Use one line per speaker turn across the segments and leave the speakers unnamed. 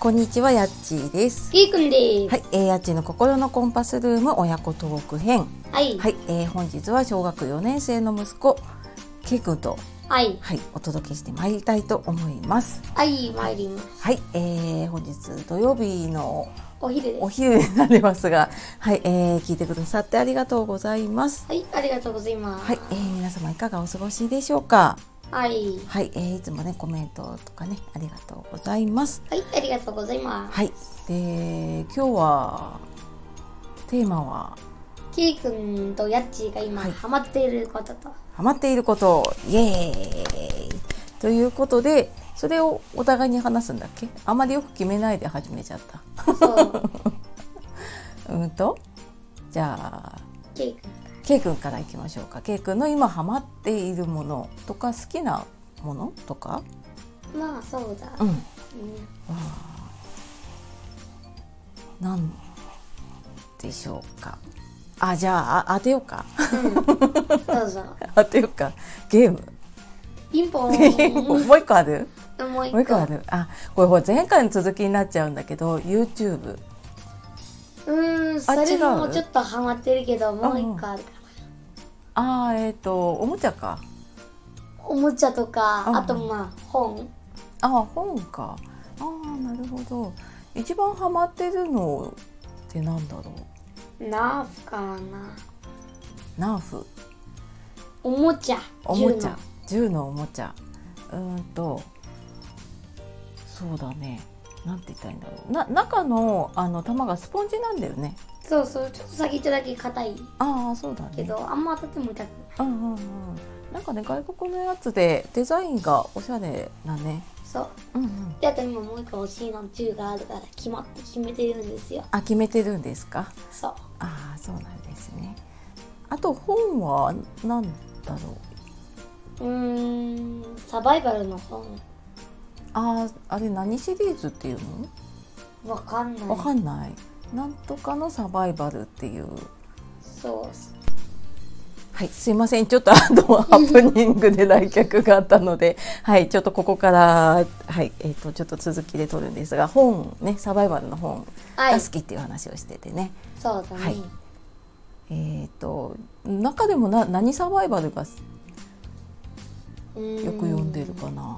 こんにちは、やっちーです。
キーくんで
は
す。
い、えー、やっちーの心のコンパスルーム親子トーク編。
はい。
はい、えー、本日は小学4年生の息子、けいくんと、
はい。
はい、お届けしてまいりたいと思います。
はい、参ります。
はい、えー、本日土曜日の
お昼です。
お
は
昼になりますが、はい、えー、聞いてくださってありがとうございます。
い、ありがとうございます。
はい、えー、皆様いかがお過ごしでしょうか。
はい。
はい、えー、いつもね、コメントとかね、ありがとうございます。
はい、ありがとうございま
はい、で、今日は、テーマは、
す。キーくんとやっちーが今、
はい
ハマっていること と。
ハマっていることイエーイということでそれをお互いに話すんだっけあまりよく決めないで始めちゃった
そう。
うんとじゃあ
キーくん。
K 君からいきましょうか K 君の今ハマっているものとか好きなものとか
まあ、そうだ。
うん
うん
なんでしょうかあじゃああ当てようか
どうぞ。
当てようかゲーム
ピンポ
もう
ーン。
一個ある
もう 一
もう一個
個
あ。るあこれほら前回の続きになっちゃうんだけど YouTube
うーん、そ
あ違
れ
う
もちょっとハマってるけど、もう一個あるか
あーえっ、とおもちゃか
な。おもちゃと
うん
か、あとまあ、本。
あー本かあーなるほど一番ハマってるのってなんだろう
ナーフかな。
ナーフ
おもちゃ。
おもちゃ銃のおもちゃうーんとそうだねなんて言ったらいいんだろうな中のあの玉がスポンジなんだよね
銃の。そうそう、ちょっと先っちょだけ硬い
ああそうだね
けど、あんま当たっても痛くない。
うんうんうんなんかね外国のやつでデザインがおしゃれだね
そう。
うんうん
で、あと今もう一個欲しいの銃があるから決まって決めてるんですよ。
あ決めてるんですか
そう。
ああそうなんですね。あと本は何だろう。
うーん、サバイバルの本、
あああれ何シリーズっていう
わかんない。
の？わかんない。なんとかのサバイバルっていう。
そう。
はい、すいません。ちょっとあ のハプニングで来客があったので、はい、ちょっとここからはい、えっ、とちょっと続きで取るんですが、本ね、サバイバルの本
は
が
い。
好きっていう話をしててね。
そうだね。
はいえっ、と中でもな何サバイバルが
うーん
よく読んでるかな。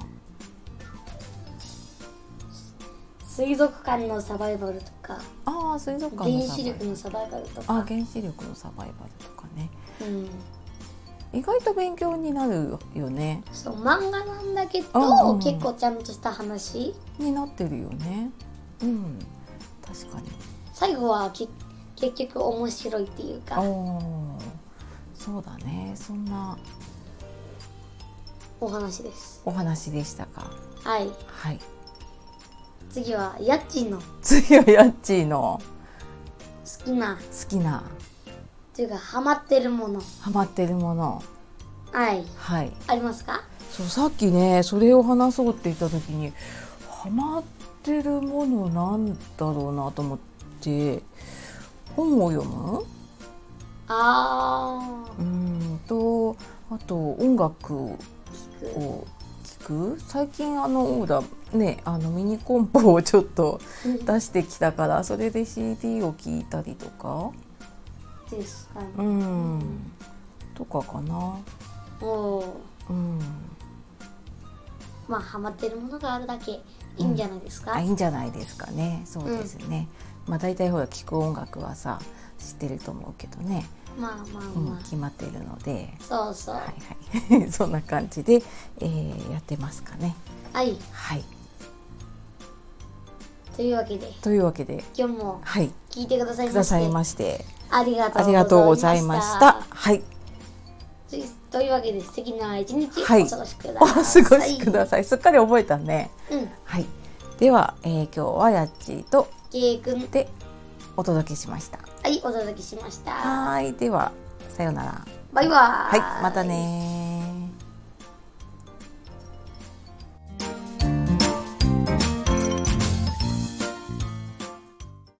水族館のサバイバルとか、
ああ水族館
原
のサバ
子
イバル
力。のサバイバルと
あ
か。
原子力のサバイバルとかね
うん。
意外と勉強になるよね
そう、漫画なんだけ
うんうんう
ど、
ん
結構ちゃんとした話。
になってるよねうん確かに
最後はけ結局面白いっていうか、
おーそうだねそんな
お話です。
お話でしたか
はい。
はい
次は、家賃の好
次はやっちーの
きな、
好きな
というか、ハマってるもの。
ハマってるもの
はい。
はい
ありますか
そうさっきねそれを話そうって言った時にハマってるものなんだろうなと思って本を読む
あ
うーんとあと音楽を
ー
聞く最近あのオーダーねあのミニコンポをちょっと
聞く
出してきたからそれで CD を聞いたりとか
ですかね
うんとかかな
おー
うん
まあハマってるものがあるだけいいんじゃないですか、
あいいんじゃないですかねそうですね、まあ大体ほら聞く音楽はさ知ってると思うけどね、
まあまあ
うん
まあ、
決まっているので
そうそうは
はいはい そんな感じで、えーやってますかね
い、
はい
というわけで
というわけで
今日も
はい
聞いてください
く
ま
だ
して
さいまして
あり
ありがとうございました。はい、
というというわけで素敵な一日
はい
お過ごしくだ
お
さい、
過ごしください。すっかり覚えたね。
うん
はい、では、えー今日はやっちーと
K 君
でお届けしました。
はいお届けしました
はーい、ではさようなら。
バイバーイ
はい、またねー